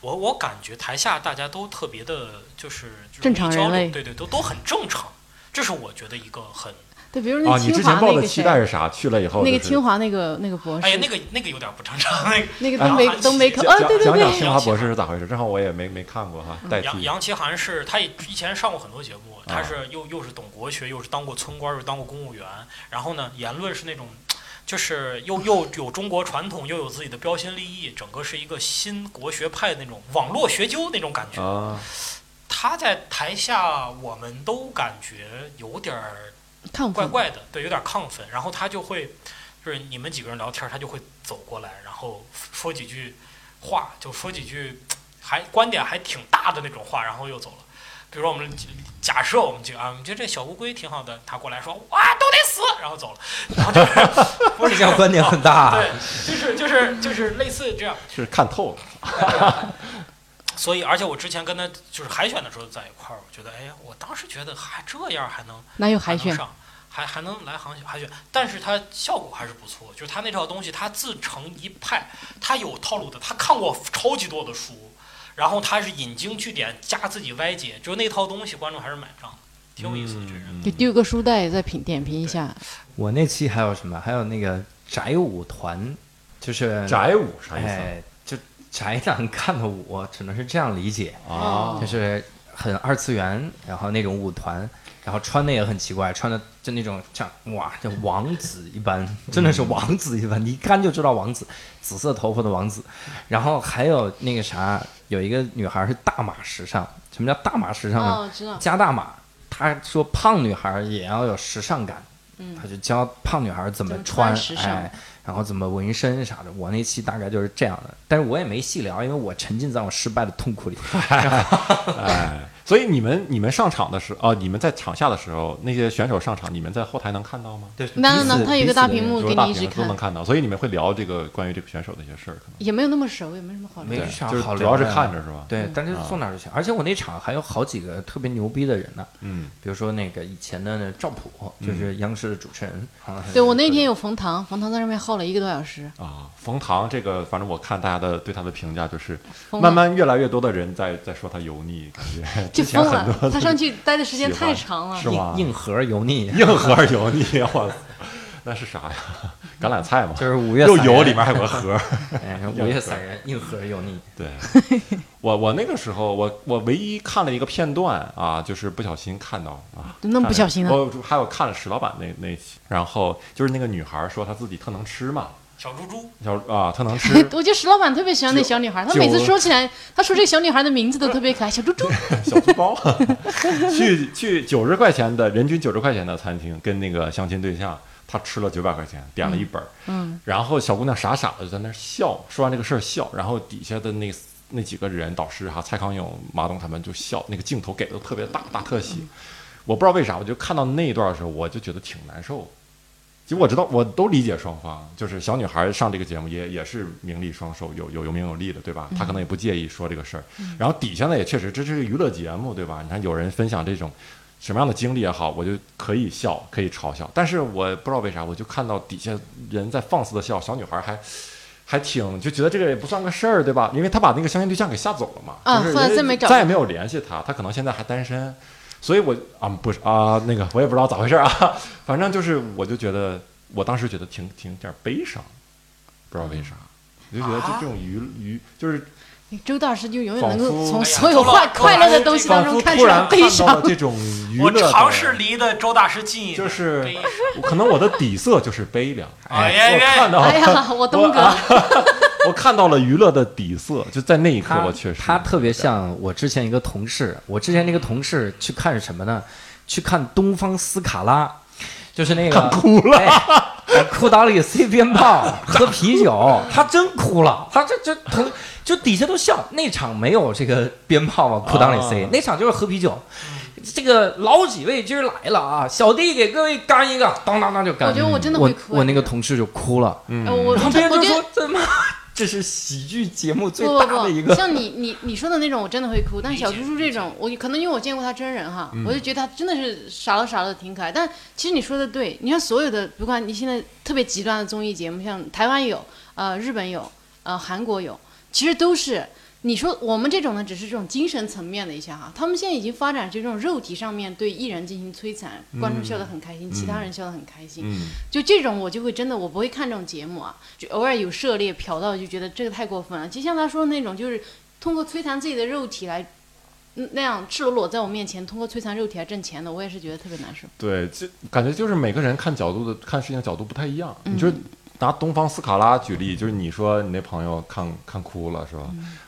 我我感觉台下大家都特别的，就是就是
正常人
交流
类
对对，都都很正常。这是我觉得一个很，
对，比如
啊，
那
你
清
之
华
前抱
那
的
个
期
谁，
待是啥？去了以后
那个
就是
清
哦
华那个那个博士
哎，呀，那个那个有点不正常。那个
那个
哎
东北
杨
东北口，
讲
啊，对对
讲讲
对，
清华博士是咋回事？正好我也没没看过
[LAUGHS]
哈，代
杨
替
杨奇涵是，他也以前上过很多节目，
啊
他是又又是懂国学，又是当过村官，又是当过公务员，然后呢，言论是那种就是又又有中国传统，又有自己的标新立异，整个是一个新国学派那种网络学究那种感觉。
啊，
他在台下，我们都感觉有点儿
看
怪
过。
怪的，对，有点亢奋。然后他就会，就是你们几个人聊天，他就会走过来，然后说几句话，就说几句还观点还挺大的那种话，然后又走了。比如说我们假设我们几个啊，我们觉得这小乌龟挺好的，他过来说哇都得死，然后走了，然后就是不是
这样观点
[LAUGHS]
很大。
对，就是就是就是类似这样。
是看透了，
所以，而且我之前跟他就是海选的时候在一块儿，我觉得哎呀，我当时觉得还这样还能。
哪有
还
海
能
选？
上，还还能来航海选，但是它效果还是不错。就是它那套东西，它自成一派，它有套路的，他看过超级多的书，然后他是引经据典，加自己歪解，就那套东西观众还是买账的，挺有意思的。这人、
嗯
就丢个书袋再评点评一下。
我那期还有什么？还有那个宅舞团，就是
宅舞啥意思啊
哎，就宅男干的舞，只能是这样理解，
啊？啊
就是很二次元，然后那种舞团，然后穿的也很奇怪，穿的就那种像哇，就王子一般，真的是王子一般，你一看就知道王子，紫色头发的王子。然后还有那个啥，有一个女孩是大码时尚，什么叫大码时尚呢？
哦，知道。
加大码，她说胖女孩也要有时尚感，
嗯
她就教胖女孩怎么
怎么
穿，
穿时尚
哎，然后怎么纹身啥的。我那期大概就是这样的，但是我也没细聊，因为我沉浸在我失败的痛
[LAUGHS]
苦里。
哎，所以你们你们上场的时候，哦，你们在场下的时候，那些选手上场，你们在后台能看到吗？
对，是
那
彼
那
此
他有一
彼
个
此
大
的
屏幕
就
给
是大
你一起
屏都能
看，
看到，所以你们会聊这个关于这个选手的一些事儿，可能
也没有那么熟，也没什么好聊。
没
对
啥
就是
好
主要
聊
是
的
看着是吧？
对，但是
啊
坐哪儿就行。而且我那场还有好几个特别牛逼的人呢，
嗯，
比如说那个以前的那赵普，就是央视的主持人。啊
对我那天有冯唐，冯唐在上面耗了一个多小时，
啊，冯唐这个，反正我看大家的对他的评价就是，
疯了
慢慢越来越多的人在在说他油腻，感觉
就
之前
疯
很
了
多。
他上去待的时间太长了
是，吗？
硬硬核油腻，
[LAUGHS] 硬核油腻，我操，那是啥呀？橄榄菜吗？
就是五月
又
散
油
人
里面还有个
[LAUGHS]
核。 [LAUGHS]
哎，午夜散人，硬核油腻。
对，我我那个时候，我我唯一看了一个片段啊，就是不小心看到啊，
那么不小心啊
看了我还有看了史老板那那一期，然后就是那个女孩说她自己特能吃嘛，
小猪猪，
小啊特能吃，
我觉得石老板特别喜欢那
九
小女孩，他每次说起来，他说这个小女孩的名字都特别可爱，小
[LAUGHS]
猪猪。
小猪包，去去九十块钱的人均九十块钱的餐厅，跟那个相亲对象，他吃了九百块钱，点了一本儿，
嗯，
然后小姑娘傻傻的就在那儿笑，说完这个事儿笑，然后底下的那那几个人，导师哈、蔡康永、马东他们就笑，那个镜头给的特别大，大特写。我不知道为啥，我就看到那一段的时候，我就觉得挺难受。其实我知道，我都理解双方，就是小女孩上这个节目也也是名利双收，有有有名有利的，对吧？她可能也不介意说这个事儿。然后底下呢，也确实这是个娱乐节目，对吧？你看有人分享这种什么样的经历也好，我就可以笑，可以嘲笑。但是我不知道为啥，我就看到底下人在放肆的笑，小女孩还还挺就觉得这个也不算个事儿，对吧？因为她把那个相亲对象给吓走了嘛，
啊
就是
后来
人家
再没找
再
着
也没有联系她，她可能现在还单身。所以我啊不是啊那个我也不知道咋回事儿啊， [LAUGHS] 反正就是我就觉得我当时觉得挺挺有点悲伤，不知道为啥，我就觉得就这种娱娱就是
周大师就永远能够
仿佛
从所有
哎
快
呀
快乐的东西当
仿佛
中看
突
出
然
来
看
悲
到了
伤。
这种娱
我
乐的，
尝试离的周大师近一点，
就是
悲
可能我的底色就是悲凉。
哎
我看到，
哎呀，我东
我
哥
啊，我 [LAUGHS] 看到了娱乐的底色，就在那一刻，
他
我确实
他特别像我之前一个同事，我之前那个同事去看什么呢？去看东方斯卡拉，就是那个哭了、哎裤裆里塞鞭炮， [LAUGHS] 喝啤酒，他真哭了，他这这同就底下都笑。那场没有这个鞭炮往裤裆里塞，
啊
那场就是喝啤酒。这个老几位今儿来了啊，小弟给各位干一个，当当当就干。
我觉得我真的
我
会哭
我那个同事就哭了，
嗯
呃我
然后
我
别人
真我
就
觉得
说这妈这是喜剧节目最
不
大的一
不
个
不，。像你你你说的那种，我真的会哭。但是小猪猪这种，我可能因为我见过他真人哈，
嗯
我就觉得他真的是傻了傻了，挺可爱。但其实你说的对，你看所有的，不管你现在特别极端的综艺节目，像台湾有，呃，日本有，呃，韩国有，其实都是。你说我们这种呢，只是这种精神层面的一下哈，他们现在已经发展就这种肉体上面对艺人进行摧残，观众
嗯
笑得很开心，其他人笑得很开心。
嗯
就这种我就会真的我不会看这种节目啊，就偶尔有涉猎瞟到就觉得这个太过分了。就像他说的那种，就是通过摧残自己的肉体来。嗯那样赤裸裸在我面前，通过摧残肉体来挣钱的，我也是觉得特别难受。
对，这感觉就是每个人看角度的看事情的角度不太一样。你说拿东方斯卡拉举例，就是你说你那朋友看看哭了是吧？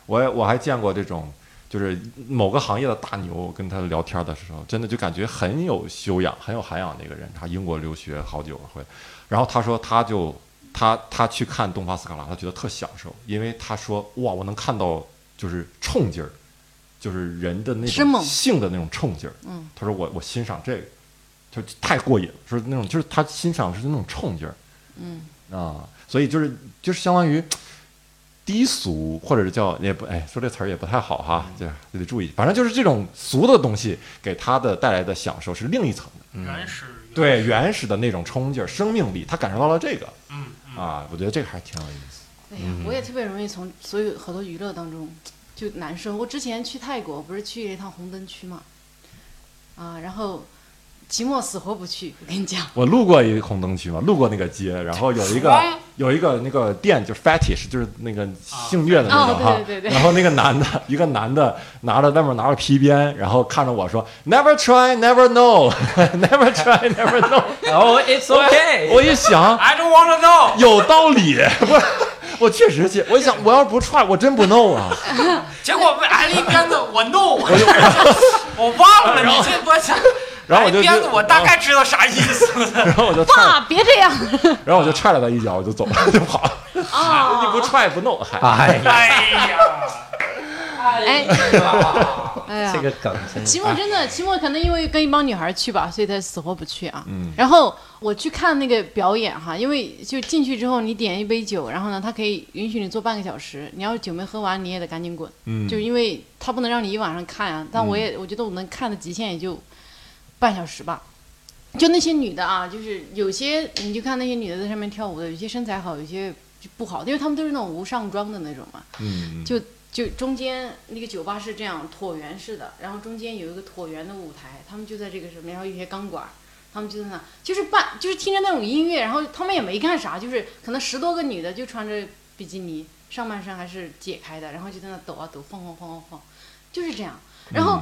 我也我还见过这种，就是某个行业的大牛跟他聊天的时候，真的就感觉很有修养、很有涵养的一个人。他英国留学好久回来，然后他说他就他他去看东方斯卡拉，他觉得特享受，因为他说哇，我能看到就是冲劲儿，就是人的那
生
种
猛
性的那种冲劲儿。
嗯，
他说我我欣赏这个，就太过瘾了，说那种就是他欣赏的是那种冲劲儿。
嗯
啊，所以就是就是相当于低俗，或者是叫也不哎，说这词儿也不太好哈，就是得注意。反正就是这种俗的东西给他的带来的享受是另一层的，
原始原
嗯对原始的那种冲劲儿、生命力，他感受到了这个
嗯嗯
啊，我觉得这个还挺有意思。
哎呀，我也特别容易从所有好多娱乐当中就难受。我之前去泰国，不是去了一趟红灯区嘛，啊，然后期末死活不去。我跟你讲，
我路过一个红灯区嘛，路过那个街，然后有一个有一个那个店，就是 fetish，就是那个性虐的那种哈。
哦对对对对
然后那个男的， [LAUGHS] 一个男的拿着外面拿着皮鞭，然后看着我说，Never try, never know, [LAUGHS] never try, never
[LAUGHS]
know。
然
哦
后 it's okay，
我一想
，I don't wanna know，
有道理，我我确实去，我一想我要不踹，我真不弄啊。
结果被挨了一鞭子，我 no，我忘了你这我操，
然后我就
挨鞭子我大概知道啥意思了，
然后我就踹，
爸，别这样
然后我就踹了他一脚，我就走了，就跑了。 [LAUGHS] 你不
啊！
踹不弄，还
哎呀，
哎呀，
哎，哎呀
这，个梗真
期
哎
末真的，期末可能因为跟一帮女孩去吧，所以他死活不去啊。
嗯
然后我去看那个表演哈，因为就进去之后，你点一杯酒，然后呢，他可以允许你坐半个小时，你要是酒没喝完，你也得赶紧滚，
嗯
就因为他不能让你一晚上看啊。但我也、我觉得我能看的极限也就半小时吧。就那些女的啊，就是有些你就看那些女的在上面跳舞的，有些身材好，有些就不好，因为她们都是那种无上妆的那种嘛。
嗯
就就中间那个酒吧是这样椭圆式的，然后中间有一个椭圆的舞台，他们就在这个什么，然后有些钢管儿，他们就在那，就是伴，就是听着那种音乐，然后他们也没干啥，就是可能十多个女的就穿着比基尼，上半身还是解开的，然后就在那抖啊抖，晃晃晃晃晃，就是这样。然后，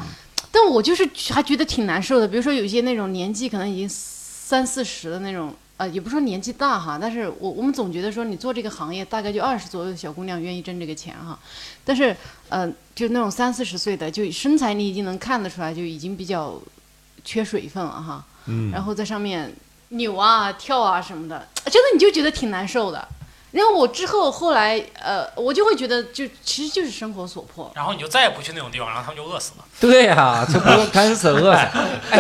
但我就是还觉得挺难受的，比如说有些那种年纪可能已经三四十的那种。呃，也不是说年纪大哈，但是我我们总觉得说你做这个行业，大概就二十左右的小姑娘愿意挣这个钱哈。但是，呃，就那种三四十岁的，就身材你已经能看得出来，就已经比较缺水分了哈。
嗯
然后在上面扭啊、跳啊什么的，真的你就觉得挺难受的。然后我之后后来，呃，我就会觉得就，其实就是生活所
[LAUGHS]
迫。
[LAUGHS] 然后你就再也不去那种地方，然后他们就饿死了。
对呀，就不用干啊死
[LAUGHS]
饿死。
啊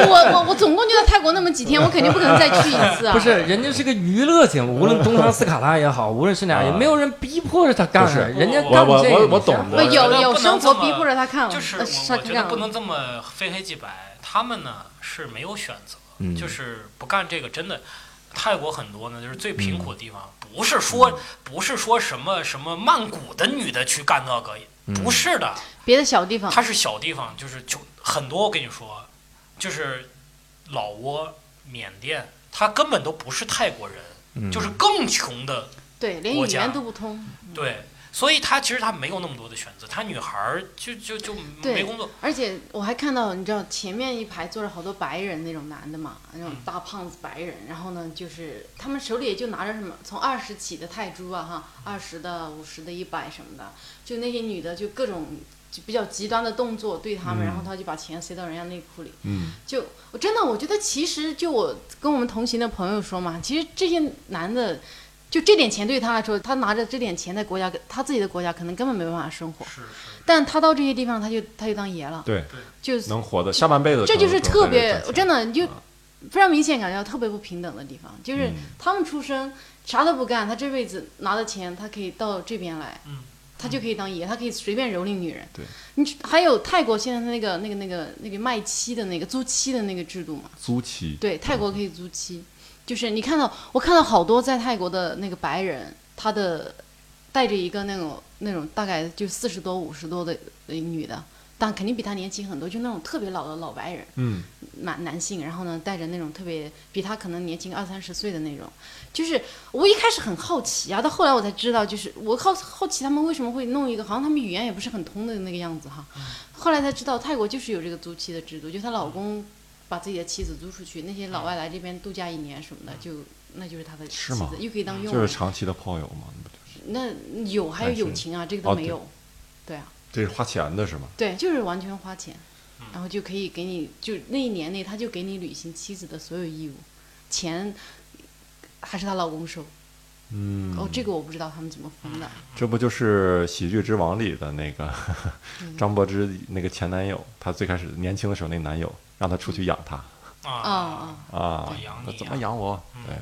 我我我总共就在泰国那么几天，我肯定不可能再去一次啊。
不是，人家是个娱乐节
嗯
目，无论东方斯卡拉也好，无论是哪，也没有人逼迫着他干
不是
的，人家
我
干
我
这
我
个。
我懂
不
的
我觉得
有有
不能
生活
这么
逼迫着他看了，
嗯就是我
呃他
我觉
看
得
了
不能这么非黑即白，他们呢是没有选择，
嗯
就是不干这个真的。泰国很多呢，就是最贫
嗯
苦的地方，不是说不是说什么什么曼谷的女的去干那个，
嗯
不是的，
别的小地方
它是小地方，就是就很多。我跟你说，就是老挝、缅甸，他根本都不是泰国人，
嗯
就是更穷的
对，连
国
语
家
言都不通。
对，所以他其实他没有那么多的选择，他女孩儿就就就
对
没工作，
而且我还看到，你知道前面一排坐着好多白人那种男的嘛，那种
嗯
大胖子白人，然后呢，就是他们手里也就拿着什么从二十起的泰铢啊哈，二十的、五十的、一百什么的，就那些女的就各种就比较极端的动作对他
嗯
们，然后他就把钱塞到人家内裤里，
嗯
就我真的我觉得其实就我跟我们同行的朋友说嘛，其实这些男的。就这点钱对他来说，他拿着这点钱在国家，他自己的国家可能根本没办法生活，
是是，
但他到这些地方，他就他就当爷了，
对，
就
能活的下半辈子
这就是特别，我真
的
的你就非常明显感觉到特别不平等的地方，就是
嗯
他们出生啥都不干，他这辈子拿的钱，他可以到这边来，
嗯
他就可以当爷，他可以随便蹂躏女人。
对，
你还有泰国现在那个那个那个那个卖妻的那个租妻的那个制度嘛？
租期，
对，泰国可以租妻，就是你看到我看到好多在泰国的那个白人，他的带着一个那种那种大概就四十多五十多的呃女的，但肯定比他年轻很多，就那种特别老的老白人。
嗯
男男性，然后呢，带着那种特别比他可能年轻二三十岁的那种，就是我一开始很好奇啊，到后来我才知道，就是我好好奇他们为什么会弄一个，好像他们语言也
嗯
不是很通的那个样子哈。后来才知道泰国就是有这个租妻的制度，就她老公把自己的妻子租出去，那些老外来这边度假一年什么的，就那就是他的妻
是吗嗯
子，又可以当佣
就是
人。
长期的炮友嘛，那不就是
那有还有
还是
友情啊，这个都
哦
没
对
有。对啊，
这是花钱的是吗？
对，就是完全花钱，
嗯
然后就可以给你，就那一年内他就给你履行妻子的所有义务，钱还是她老公收。
嗯，
哦，这个我不知道他们怎么分的。
这不就是《喜剧之王》里的那个
嗯
[LAUGHS] 张柏芝那个前男友，她最开始年轻的时候那男友让她出去养她
啊
啊，
啊，
啊
我养，
那
你
怎
呀
么养我？对，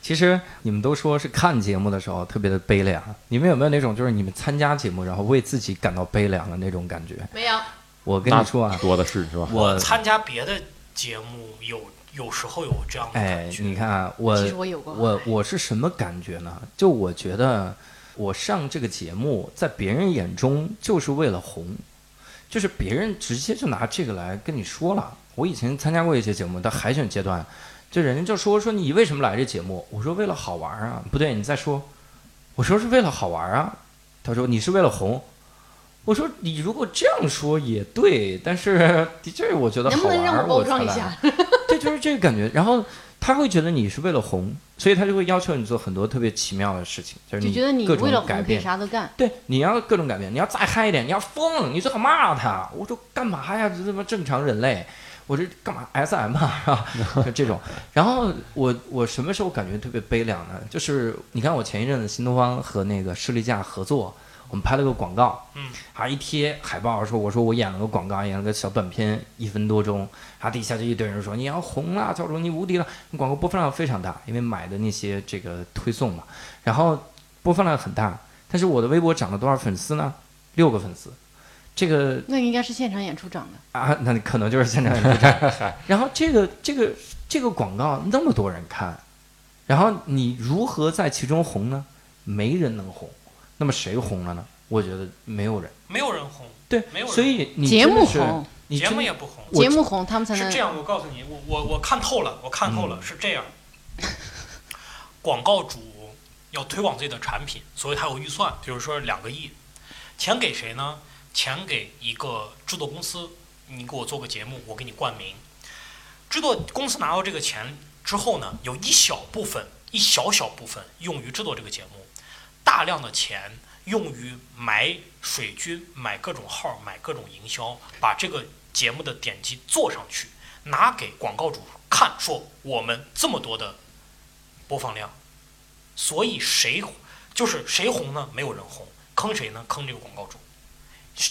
其实你们都说是看节目的时候特别的悲凉，你们有没有那种就是你们参加节目然后为自己感到悲凉的那种感觉？
没有。
我跟
那
你说啊，
多的是是吧？
我
参加别的节目有有时候有这样的
哎
感，觉，
你看啊，我
其实我有过
我我是什么感觉呢？就我觉得我上这个节目，在别人眼中就是为了红，就是别人直接就拿这个来跟你说了。我以前参加过一些节目，到海选阶段，就人家就说说你为什么来这节目？我说为了好玩啊，不对，你再说，我说是为了好玩啊。他说你是为了红，我说你如果这样说也对，但是 [LAUGHS] 的确我觉得
能
好
不
玩
能让我
儿
包
我才
装一
来
下？ [LAUGHS]
[LAUGHS] 对，就是这个感觉。然后他会觉得你是为了红，所以他就会要求你做很多特别奇妙的事情，就是
就觉得你
各种
为了
改
红可以
变。
啥都干。
对，你要各种改变，你要再嗨一点，你要疯，你最好骂他。我说干嘛呀？这他妈正常人类，我这干嘛 S M 啊？就这种。然后我我什么时候感觉特别悲凉呢？就是你看我前一阵子新东方和那个士力架合作，我们拍了个广告，
嗯，
啊一贴海报说我说我演了个广告，演了个小短片，一分多钟，然后底下就一堆人说你要红啦，教主你无敌了，广告播放量非常大，因为买的那些这个推送嘛，然后播放量很大，但是我的微博涨了多少粉丝呢？六个粉丝，这个
那应该是现场演出长的。
啊，那可能就是现场演出站。 [LAUGHS] 然后这个这个这个广告那么多人看，然后你如何在其中红呢？没人能红，那么谁红了呢？我觉得没有人。
没有人红，
对
没有，人
所以你
节
真的
目
是
红，
你
节
真
目
的
也不红。
我
节目红他们才
是
能
这。样，我告诉你，我我我看透了，我看透了，是这样。广告主要推广自己的产品，所以他有预算，比如说两个亿，钱给谁呢？钱给一个制作公司，你给我做个节目，我给你冠名。制作公司拿到这个钱之后呢，有一小部分，一小小部分用于制作这个节目，大量的钱用于买水军、买各种号、买各种营销，把这个节目的点击做上去，拿给广告主看，说我们这么多的播放量，所以谁就是谁红呢？没有人红，坑谁呢？坑这个广告主。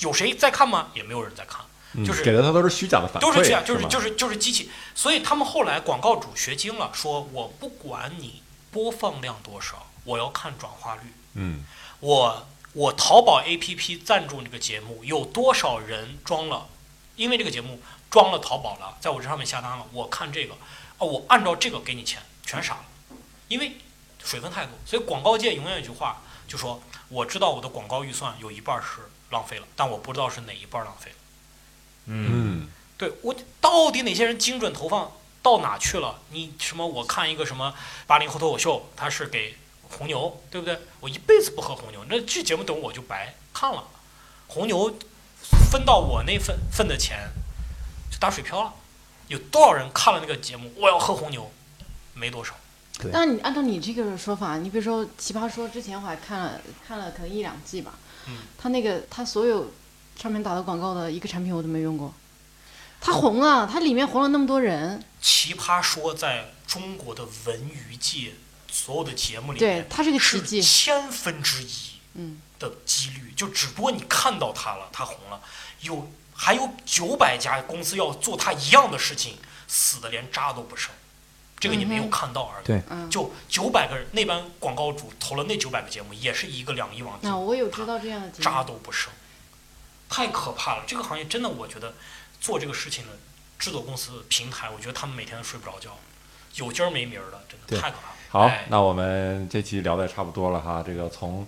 有谁在看吗？也没有人在看，
嗯
就是
给的他都是虚假的反馈，
都是这样，就是
吧
就是就是机器。所以他们后来广告主学精了，说我不管你播放量多少，我要看转化率。
嗯，
我我淘宝 APP 赞助这个节目，有多少人装了？因为这个节目装了淘宝了，在我这上面下单了，我看这个，哦，我按照这个给你钱，全傻了，因为水分太多。所以广告界永远有一句话，就说我知道我的广告预算有一半儿是浪费了，但我不知道是哪一半儿浪费了。
嗯，
嗯，
对我到底哪些人精准投放到哪去了？你什么？我看一个什么八零后脱口秀，他是给红牛，对不对？我一辈子不喝红牛，那这节目等我就白看了。红牛分到我那份份的钱就打水漂了。有多少人看了那个节目？我要喝红牛，没多少。
但你按照你这个说法，你比如说《奇葩说》之前我还看了看了可能一两季吧，
嗯
他那个他所有上面打的广告的一个产品我都没用
哦
过，他红了，他里面红了那么多人，
奇葩说在中国的文娱界所有的节目里
对
面，
他是个奇
是
迹，
千分之一。
嗯，
的几率，就只不过你看到他了，他红了，有还有九百家公司要做他一样的事情，死的连渣都不剩，这个你没有看到而已。
对
嗯
就九百个人，那帮广告主投了那九百个节目，也是一个两亿网
那
金，
啊我有知道这样的节目
渣，都不剩，太可怕了。这个行业真的，我觉得做这个事情的制作公司、平台，我觉得他们每天都睡不着觉，有今儿没明儿的，真
对
的太可怕了。
好
哎，
那我们这期聊的也差不多了哈，这个从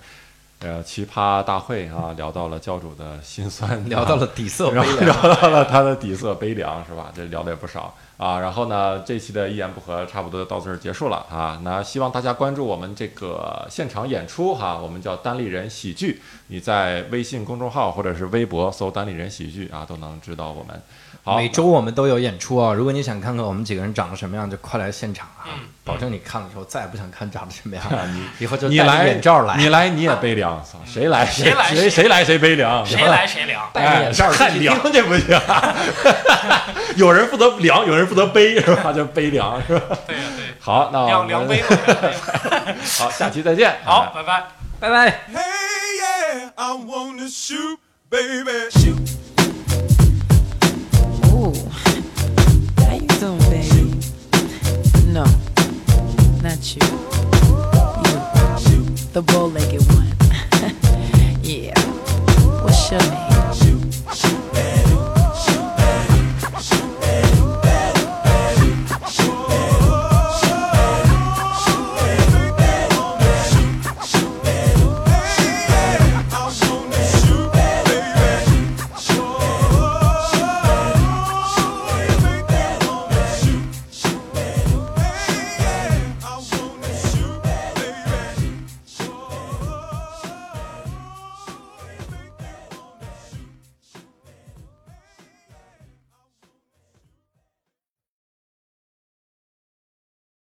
呃奇葩大会哈、聊到了教主的辛酸，
[LAUGHS] 嗯聊到了底
[LAUGHS]
色
然
悲
后
凉。
聊到了他的底色悲凉是吧？这聊的也不少。啊，然后呢，这期的一言不合差不多就到这儿结束了啊。那希望大家关注我们这个现场演出哈、我们叫单立人喜剧，你在微信公众号或者是微博搜“单立人喜剧”啊，都能知道我们。好，
每周我们都有演出啊、如果你想看看我们几个人长得什么样，就快来现场啊！
嗯
保证你看了之后再也不想看长得什么样，
啊你
以后就
你
戴着
来
眼罩来，
你来你也悲
[LAUGHS]
凉，操谁来
谁来
谁谁来谁悲凉，
谁来谁凉。
戴着眼罩
汗
进去
凉这不行， [LAUGHS] 有人负责凉，有人负责背是吧？就悲凉是吧？
对呀、对，
好，那我
两两杯
们
嘛。两杯嘛
好，下期再见。哎
好，拜拜。
拜拜。
Hey, yeah, I wanna shoot, baby. Shoot.
Ooh. How you doing, baby? No, not you. You, the bow-legged